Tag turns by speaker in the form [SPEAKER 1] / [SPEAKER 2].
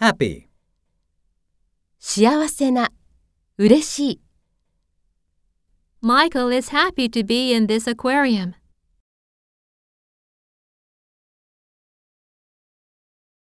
[SPEAKER 1] happy,
[SPEAKER 2] 幸せな、嬉しい。
[SPEAKER 3] Michael is happy to be in this aquarium.